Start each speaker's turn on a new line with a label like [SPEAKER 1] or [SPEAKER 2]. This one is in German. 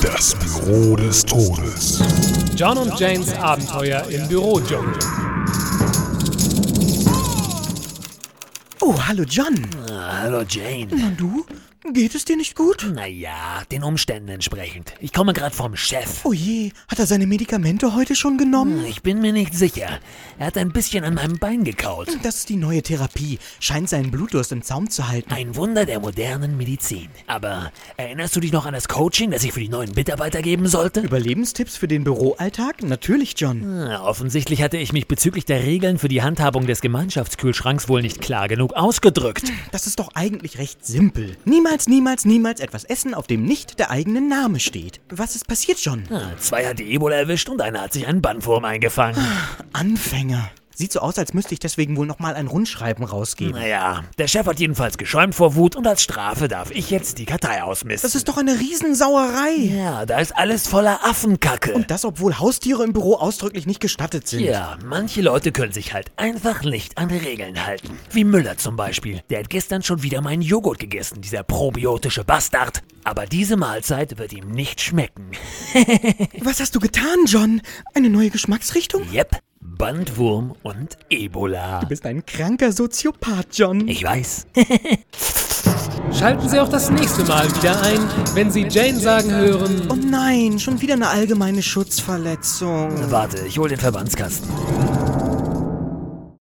[SPEAKER 1] Das Büro des Todes.
[SPEAKER 2] John und Janes Abenteuer im Büro, John.
[SPEAKER 3] Oh, hallo John.
[SPEAKER 4] Hallo Jane.
[SPEAKER 3] Und du? Geht es dir nicht gut?
[SPEAKER 4] Naja, den Umständen entsprechend. Ich komme gerade vom Chef.
[SPEAKER 3] Oh je, hat er seine Medikamente heute schon genommen?
[SPEAKER 4] Ich bin mir nicht sicher. Er hat ein bisschen an meinem Bein gekaut.
[SPEAKER 3] Das ist die neue Therapie. Scheint seinen Blutdurst im Zaum zu halten.
[SPEAKER 4] Ein Wunder der modernen Medizin. Aber erinnerst du dich noch an das Coaching, das ich für die neuen Mitarbeiter geben sollte?
[SPEAKER 3] Überlebenstipps für den Büroalltag? Natürlich, John.
[SPEAKER 4] Ah, Offensichtlich hatte ich mich bezüglich der Regeln für die Handhabung des Gemeinschaftskühlschranks wohl nicht klar genug ausgedrückt.
[SPEAKER 3] Das ist doch eigentlich recht simpel. Niemals, niemals, niemals etwas essen, auf dem nicht der eigene Name steht. Was ist passiert, John?
[SPEAKER 4] Ah, Zwei hat die Ebola erwischt und einer hat sich einen Bandwurm eingefangen.
[SPEAKER 3] Anfänger. Sieht so aus, als müsste ich deswegen wohl nochmal ein Rundschreiben rausgeben.
[SPEAKER 4] Naja, der Chef hat jedenfalls geschäumt vor Wut und als Strafe darf ich jetzt die Kartei ausmisten.
[SPEAKER 3] Das ist doch eine Riesensauerei.
[SPEAKER 4] ja, da ist alles voller Affenkacke.
[SPEAKER 3] Das, obwohl Haustiere im Büro ausdrücklich nicht gestattet sind.
[SPEAKER 4] Ja, manche Leute können sich halt einfach nicht an Regeln halten. Wie Müller zum Beispiel. Der hat gestern schon wieder meinen Joghurt gegessen, dieser probiotische Bastard. Aber diese Mahlzeit wird ihm nicht schmecken.
[SPEAKER 3] Was hast du getan, John? Eine neue Geschmacksrichtung?
[SPEAKER 4] Yep, Bandwurm und Ebola.
[SPEAKER 3] bist ein kranker Soziopath, John.
[SPEAKER 4] Ich weiß.
[SPEAKER 2] Schalten Sie auch das nächste Mal wieder ein, wenn Sie Jane sagen hören.
[SPEAKER 3] Oh nein, schon wieder eine allgemeine Schutzverletzung.
[SPEAKER 4] Warte, ich hol den Verbandskasten.